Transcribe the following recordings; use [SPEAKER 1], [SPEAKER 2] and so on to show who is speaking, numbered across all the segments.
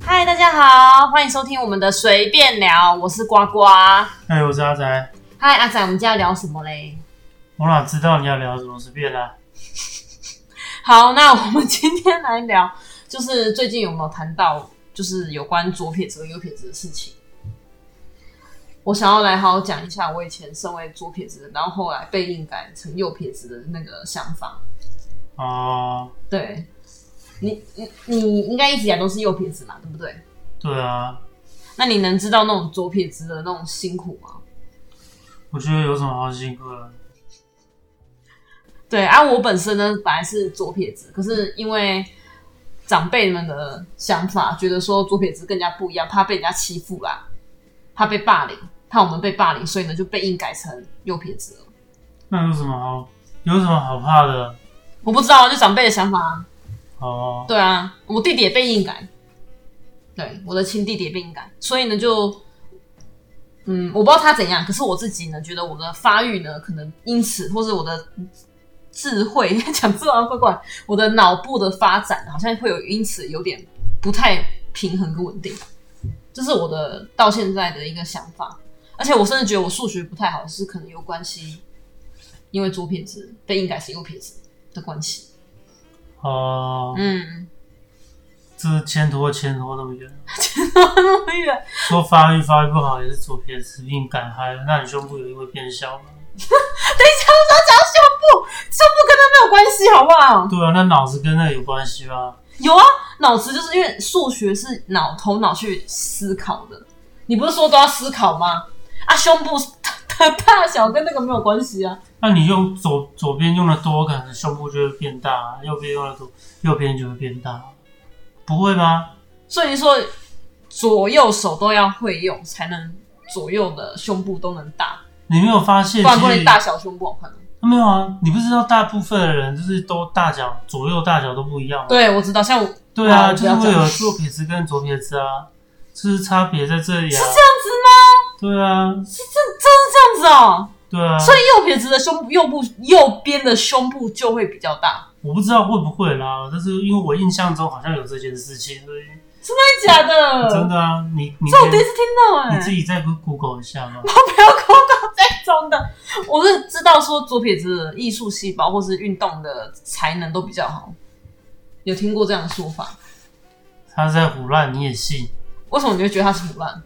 [SPEAKER 1] 好，欢迎收听我们的随便聊，我是呱呱。
[SPEAKER 2] 嗨，我是阿宅，
[SPEAKER 1] 嗨，阿仔，我们今天要聊什么嘞？
[SPEAKER 2] 我哪知道你要聊什么？随便啦。
[SPEAKER 1] 好，那我们今天来聊，就是最近有没有谈到，就是有关左撇子和右撇子的事情。我想要来好好讲一下我以前身为左撇子，然后后来被硬改成右撇子的那个想法。
[SPEAKER 2] 哦，
[SPEAKER 1] 对，你你你应该一直以来都是右撇子嘛，对不对？
[SPEAKER 2] 对啊，
[SPEAKER 1] 那你能知道那种左撇子的那种辛苦吗？
[SPEAKER 2] 我觉得有什么好辛苦的？
[SPEAKER 1] 对啊，我本身呢本来是左撇子，可是因为长辈们的想法，觉得说左撇子更加不一样，怕被人家欺负啦，怕被霸凌，怕我们被霸凌，所以呢就被硬改成右撇子了。
[SPEAKER 2] 那有什么好？有什么好怕的？
[SPEAKER 1] 我不知道啊，就长辈的想法啊。
[SPEAKER 2] 哦，
[SPEAKER 1] 对啊，我弟弟也被硬改，对，我的亲弟弟也被硬改，所以呢就，嗯，我不知道他怎样，可是我自己呢觉得我的发育呢可能因此，或是我的智慧 讲智慧怪怪，我的脑部的发展好像会有因此有点不太平衡跟稳定，这是我的到现在的一个想法，而且我甚至觉得我数学不太好是可能有关系，因为左撇子被硬改成右撇子的关系，
[SPEAKER 2] 哦，
[SPEAKER 1] 嗯。
[SPEAKER 2] 这是牵拖牵拖那么远，
[SPEAKER 1] 那么远，
[SPEAKER 2] 说发育发育不好也是左撇子硬感嗨了，那你胸部有因为变小吗？
[SPEAKER 1] 等一下，我想讲胸部，胸部跟他没有关系，好不好？
[SPEAKER 2] 对啊，那脑子跟那有关系吧？
[SPEAKER 1] 有啊，脑子就是因为数学是脑头脑去思考的，你不是说都要思考吗？啊，胸部的大小跟那个没有关系啊。
[SPEAKER 2] 那你用左左边用的多，可能胸部就会变大；右边用的多，右边就会变大，不会吗？
[SPEAKER 1] 所以说，左右手都要会用，才能左右的胸部都能大，
[SPEAKER 2] 你没有发现？
[SPEAKER 1] 不然不
[SPEAKER 2] 其
[SPEAKER 1] 能
[SPEAKER 2] 实
[SPEAKER 1] 大小胸部好看吗。
[SPEAKER 2] 没有啊，你不知道大部分的人就是都大小左右大小都不一样吗？
[SPEAKER 1] 对，我知道，像我是
[SPEAKER 2] 对啊，
[SPEAKER 1] 啊
[SPEAKER 2] 就是
[SPEAKER 1] 不要
[SPEAKER 2] 会
[SPEAKER 1] 讲
[SPEAKER 2] 有右撇子跟左撇子啊，就是差别在这里
[SPEAKER 1] 这
[SPEAKER 2] 啊
[SPEAKER 1] 样。子吗？
[SPEAKER 2] 对啊，
[SPEAKER 1] 是真真是这样子哦、
[SPEAKER 2] 对啊，
[SPEAKER 1] 所以右撇子的胸部右部右边的胸部就会比较大，
[SPEAKER 2] 我不知道会不会啦，但是因为我印象中好像有这件事情，所以
[SPEAKER 1] 真的假的？
[SPEAKER 2] 真的啊，你你
[SPEAKER 1] 这我第一
[SPEAKER 2] 先
[SPEAKER 1] 次听到哎、
[SPEAKER 2] 你自己再 Google 一下吧。
[SPEAKER 1] 我不要跟我搞这种的。我是知道说左撇子的艺术细胞或是运动的才能都比较好，有听过这样的说法？
[SPEAKER 2] 他在胡乱你也信？
[SPEAKER 1] 为什么你会觉得它是腐烂？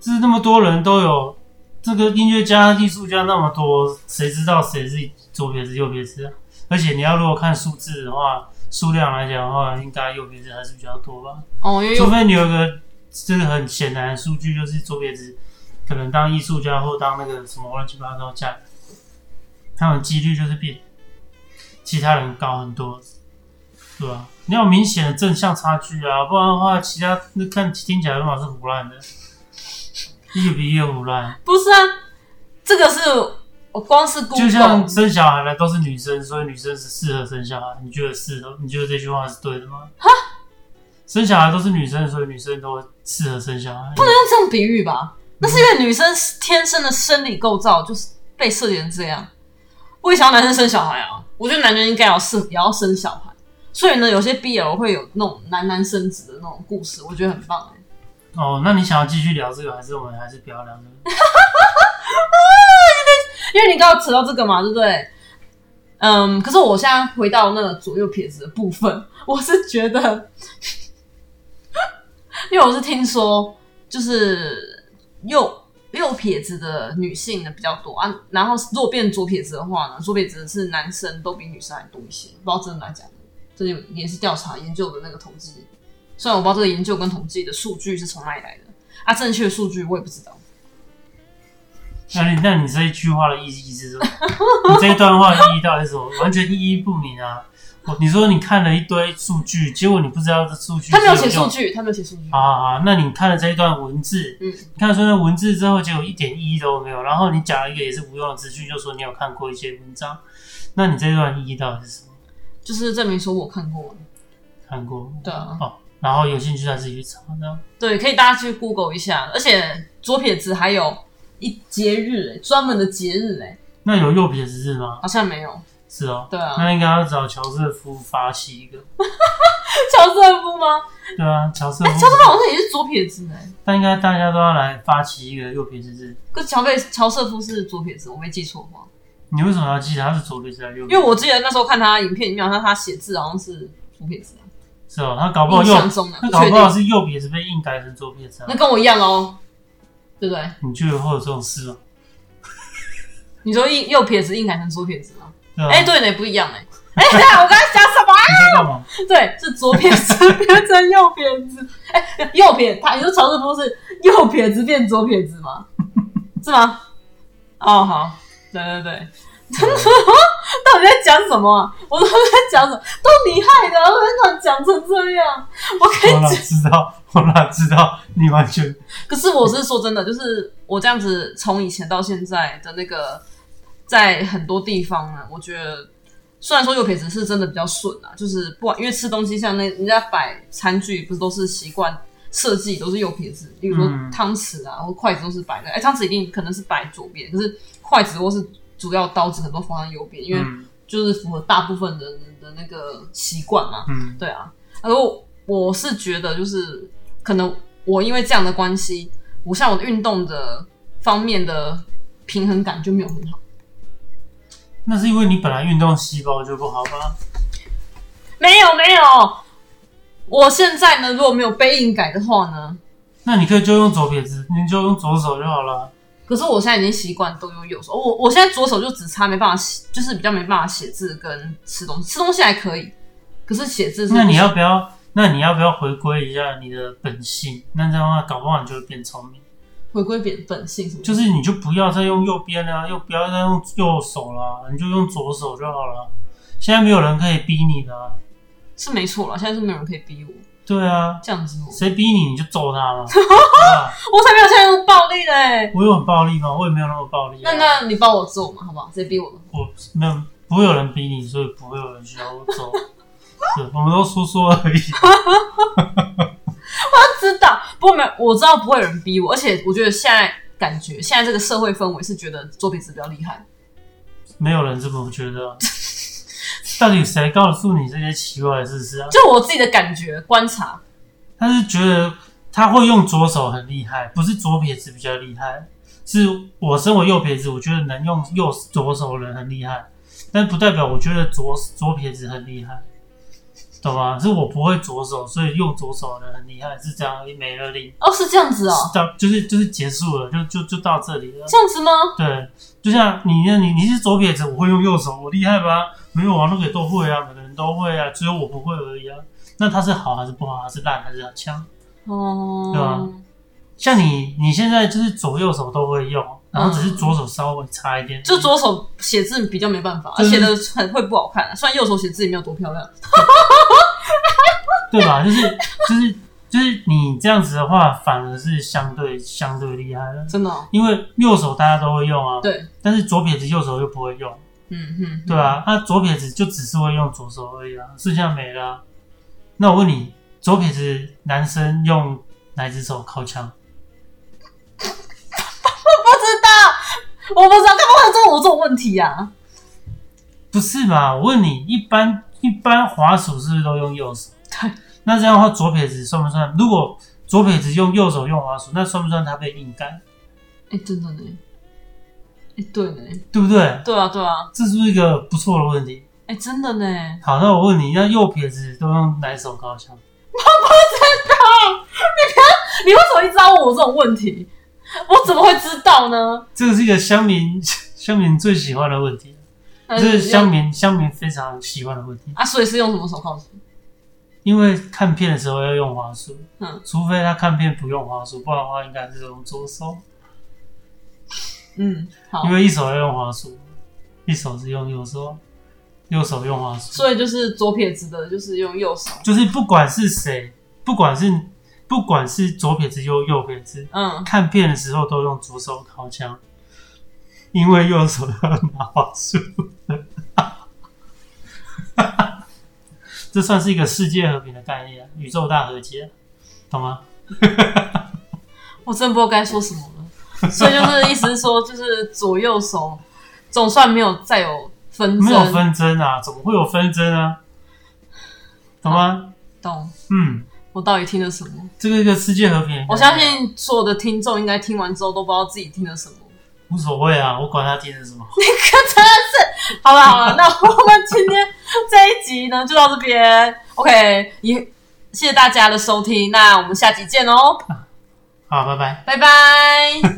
[SPEAKER 2] 就是那么多人都有这个音乐家、艺术家那么多，谁知道谁是左撇子、右撇子啊？而且你要如果看数字的话，数量来讲的话，应该右撇子还是比较多吧？
[SPEAKER 1] 哦，因为
[SPEAKER 2] 除
[SPEAKER 1] 右
[SPEAKER 2] 非你有个这个很显然的数据，就是左撇子可能当艺术家或当那个什么乱七八糟家，他们几率就是比其他人高很多，对吧、你要有明显的正向差距啊，不然的话，其他那看听起来都嘛是胡乱的，越比越胡乱。
[SPEAKER 1] 不是啊，这个是我光是哦 Google，
[SPEAKER 2] 就像生小孩的都是女生，所以女生是适合生小孩，你觉得适合？你觉得这句话是对的吗？生小孩都是女生，所以女生都适合生小孩。不能
[SPEAKER 1] 用这种比喻吧？那是因为女生天生的生理构造就是被设计成这样。我也想要男生生小孩啊，我觉得男人应该要是也要生小孩，所以呢，有些 BL 会有那种男男生子的那种故事，我觉得很棒、欸。
[SPEAKER 2] 哦，那你想要继续聊这个，还是我们还是不要聊 这个？
[SPEAKER 1] 因为你刚刚扯到这个嘛，对不对？嗯，可是我现在回到那个左右撇子的部分，我是觉得，因为我是听说，就是右右撇子的女性呢比较多啊，然后如果变左撇子的话呢，左撇子是男生都比女生还多一些，不知道真的来假的，这有也是调查研究的那个统计，虽然我不知道这个研究跟统计的数据是从哪里来的啊，正确的数据我也不知道。
[SPEAKER 2] 那你那你这一句话的意义是什么？ 你这一段话的意义到底是什么？完全意义不明啊！我你说你看了一堆数据，结果你不知道这数据
[SPEAKER 1] 他没有
[SPEAKER 2] 是
[SPEAKER 1] 写数
[SPEAKER 2] 用。
[SPEAKER 1] 据，他没有写数据。
[SPEAKER 2] 好好好，那你看了这一段文字，
[SPEAKER 1] 嗯
[SPEAKER 2] 你看了这段文字之后，结果一点意义都没有。然后你讲了一个也是无用的资讯，就说你有看过一些文章，那你这段意义到底是什么？
[SPEAKER 1] 就是证明说我看过，
[SPEAKER 2] 看过
[SPEAKER 1] 对啊，
[SPEAKER 2] 哦，然后有兴趣再自己去查，这样
[SPEAKER 1] 对，可以大家去 Google 一下。而且左撇子还有一节日、欸，专门的节日、欸，
[SPEAKER 2] 那有右撇子是吗？
[SPEAKER 1] 好像没有。
[SPEAKER 2] 是哦，
[SPEAKER 1] 对啊，
[SPEAKER 2] 那应该要找乔瑟夫发起一个，
[SPEAKER 1] 乔瑟夫吗？
[SPEAKER 2] 对啊，乔瑟
[SPEAKER 1] 哎、
[SPEAKER 2] 夫，
[SPEAKER 1] 乔瑟夫好像也是左撇子哎、
[SPEAKER 2] 但应该大家都要来发起一个右撇子日。
[SPEAKER 1] 可乔贝乔瑟夫是左撇子，我没记错的话。
[SPEAKER 2] 你为什么要记得他是左撇子还是右
[SPEAKER 1] 因为
[SPEAKER 2] 撇子？
[SPEAKER 1] 我记得那时候看他影片里面，好像他写字好像是左撇子啊，
[SPEAKER 2] 是哦，他搞不好
[SPEAKER 1] 印
[SPEAKER 2] 右，
[SPEAKER 1] 象中啊，
[SPEAKER 2] 他
[SPEAKER 1] 不
[SPEAKER 2] 搞
[SPEAKER 1] 确
[SPEAKER 2] 不好
[SPEAKER 1] 定。
[SPEAKER 2] 是右撇子被硬改成左撇子啊
[SPEAKER 1] 那。跟我一样哦，对不对？
[SPEAKER 2] 你觉得会有这种事哦吗？
[SPEAKER 1] 你说右右撇子硬改成左撇子吗？
[SPEAKER 2] 对啊，
[SPEAKER 1] 哎、对呢，不一样哎、哎、对啊，我刚才讲什么啊？
[SPEAKER 2] 你在干嘛？
[SPEAKER 1] 对，是左撇子变成右撇子。哎、右撇他，你说乔治波是右撇子变左撇子吗？ 是吗？哦，好，对对对， 到底在讲什么、啊？我都在讲什么？都你害的，我在乱讲成这样。我可以
[SPEAKER 2] 我哪知道？我哪知道？你完全
[SPEAKER 1] 可是我是说真的，就是我这样子从以前到现在的那个，在很多地方呢，我觉得虽然说右撇子是真的比较顺啊，就是不管因为吃东西像那人家摆餐具不是都是习惯设计都是右撇子，例如说
[SPEAKER 2] 嗯
[SPEAKER 1] 汤匙啊或筷子都是摆在，哎、汤匙一定可能是摆左边，可是筷子或是主要刀子很多放在右边，因为
[SPEAKER 2] 嗯
[SPEAKER 1] 就是符合大部分人的那个习惯嘛。
[SPEAKER 2] 嗯
[SPEAKER 1] 对啊，而我我是觉得就是可能我因为这样的关系，我像我的运动的方面的平衡感就没有很好。
[SPEAKER 2] 那是因为你本来运动细胞就不好吧？
[SPEAKER 1] 没有没有，我现在呢如果没有被硬改的话呢，
[SPEAKER 2] 那你可以就用左撇子，你就用左手就好了。
[SPEAKER 1] 可是我现在已经习惯都用右手，我我现在左手就只差没办法写，就是比较没办法写字跟吃东西，吃东西还可以，可是写字是
[SPEAKER 2] 那你要不要？那你要不要回归一下你的本性？那这样的话，搞不好你就会变聪明。
[SPEAKER 1] 回归本本性什么的？
[SPEAKER 2] 就是你就不要再用右边啦、又不要再用右手啦，你就用左手就好了。现在没有人可以逼你的、啊，
[SPEAKER 1] 是没错了，现在是没有人可以逼我
[SPEAKER 2] 对啊，
[SPEAKER 1] 这样子我，
[SPEAKER 2] 谁逼你你就揍他 嘛。啊
[SPEAKER 1] 我才没有现在用暴力嘞、欸
[SPEAKER 2] 我有很暴力吗？我也没有那么暴力、啊。
[SPEAKER 1] 那那你帮我做嘛，好不好？直接逼我们。
[SPEAKER 2] 我没有，不会有人逼你，所以不会有人需要我 揍。对，我们都说说而已。
[SPEAKER 1] 知道，不过没有，我知道不会有人逼我，而且我觉得现在感觉现在这个社会氛围是觉得左撇子比较厉害。
[SPEAKER 2] 没有人这么觉得 啊。到底谁告诉你这些奇怪的事实啊？
[SPEAKER 1] 就我自己的感觉观察，
[SPEAKER 2] 他是觉得他会用左手很厉害，不是左撇子比较厉害，是我身为右撇子，我觉得能用右左手的人很厉害，但不代表我觉得左左撇子很厉害，懂吗？是我不会左手，所以用左手的人很厉害，是这样而已没了零，
[SPEAKER 1] 哦，是这样子哦，
[SPEAKER 2] 是到就是就是结束了，就就就到这里了。
[SPEAKER 1] 这样子吗？
[SPEAKER 2] 对，就像你那你你是左撇子，我会用右手，我厉害吧？没有啊，那个都会啊，每个人都会啊，只有我不会而已啊。那他是好还是不好，还是烂还是强？
[SPEAKER 1] 哦、
[SPEAKER 2] 对啊像你，你现在就是左右手都会用，然后只是左手稍微差一点，
[SPEAKER 1] 嗯就左手写字比较没办法，而
[SPEAKER 2] 就是
[SPEAKER 1] 且的很会不好看、啊虽然右手写字也没有多漂亮，
[SPEAKER 2] 对吧？就是就是就是你这样子的话，反而是相对相对厉害的，啊
[SPEAKER 1] 真的、哦。
[SPEAKER 2] 因为右手大家都会用啊，
[SPEAKER 1] 对，
[SPEAKER 2] 但是左撇子右手又不会用，
[SPEAKER 1] 嗯嗯，
[SPEAKER 2] 对啊，那、左撇子就只是会用左手而已啊，剩下没了啊、那我问你，左撇子男生用哪只手靠墙？
[SPEAKER 1] 不知道，我不知道，干嘛会有这种我这种问题啊？
[SPEAKER 2] 不是嘛？我问你，一般一般滑鼠是不是都用右手？
[SPEAKER 1] 对，
[SPEAKER 2] 那这样的话，左撇子算不算？如果左撇子用右手用滑鼠，那算不算他被硬干？
[SPEAKER 1] 哎、真的呢，哎、对呢，
[SPEAKER 2] 对不对？
[SPEAKER 1] 对啊，对啊，
[SPEAKER 2] 这是不是一个不错的问题？
[SPEAKER 1] 哎、真的呢。
[SPEAKER 2] 好，那我问你，那右撇子都用哪一手高枪？
[SPEAKER 1] 你为什么一直要问我这种问题？我怎么会知道呢？
[SPEAKER 2] 这个是一个乡民乡民最喜欢的问题，
[SPEAKER 1] 那
[SPEAKER 2] 这是
[SPEAKER 1] 你要
[SPEAKER 2] 乡民乡民非常喜欢的问题，
[SPEAKER 1] 嗯啊，所以是用什么手铐子？
[SPEAKER 2] 因为看片的时候要用滑鼠，
[SPEAKER 1] 嗯
[SPEAKER 2] 除非他看片不用滑鼠，不然的话应该是用左手，
[SPEAKER 1] 嗯，好
[SPEAKER 2] 因，为一手要用滑鼠，一手是用右手，右手用滑鼠。
[SPEAKER 1] 所以就是左撇子的，就是用右手。
[SPEAKER 2] 就是不管是谁，不管是不管是左撇子右右撇子，
[SPEAKER 1] 嗯，
[SPEAKER 2] 看片的时候都用左手掏枪，因为右手要拿滑鼠。 这算是一个世界和平的概念啊，宇宙大和解，懂吗？
[SPEAKER 1] 我真不知道该说什么了。所以就是意思是说，就是左右手总算没有再有纷争，
[SPEAKER 2] 没有纷争啊，怎么会有纷争啊？懂吗？
[SPEAKER 1] 懂
[SPEAKER 2] 嗯，
[SPEAKER 1] 我到底听了什么。
[SPEAKER 2] 这个一个世界和平，
[SPEAKER 1] 我相信所有的听众应该听完之后都不知道自己听了什么。
[SPEAKER 2] 无所谓啊，我管他听的什么。
[SPEAKER 1] 好了好了，那我们今天这一集呢就到这边。OK，也谢谢大家的收听，那我们下集见哦，
[SPEAKER 2] 好，拜拜。
[SPEAKER 1] 拜拜。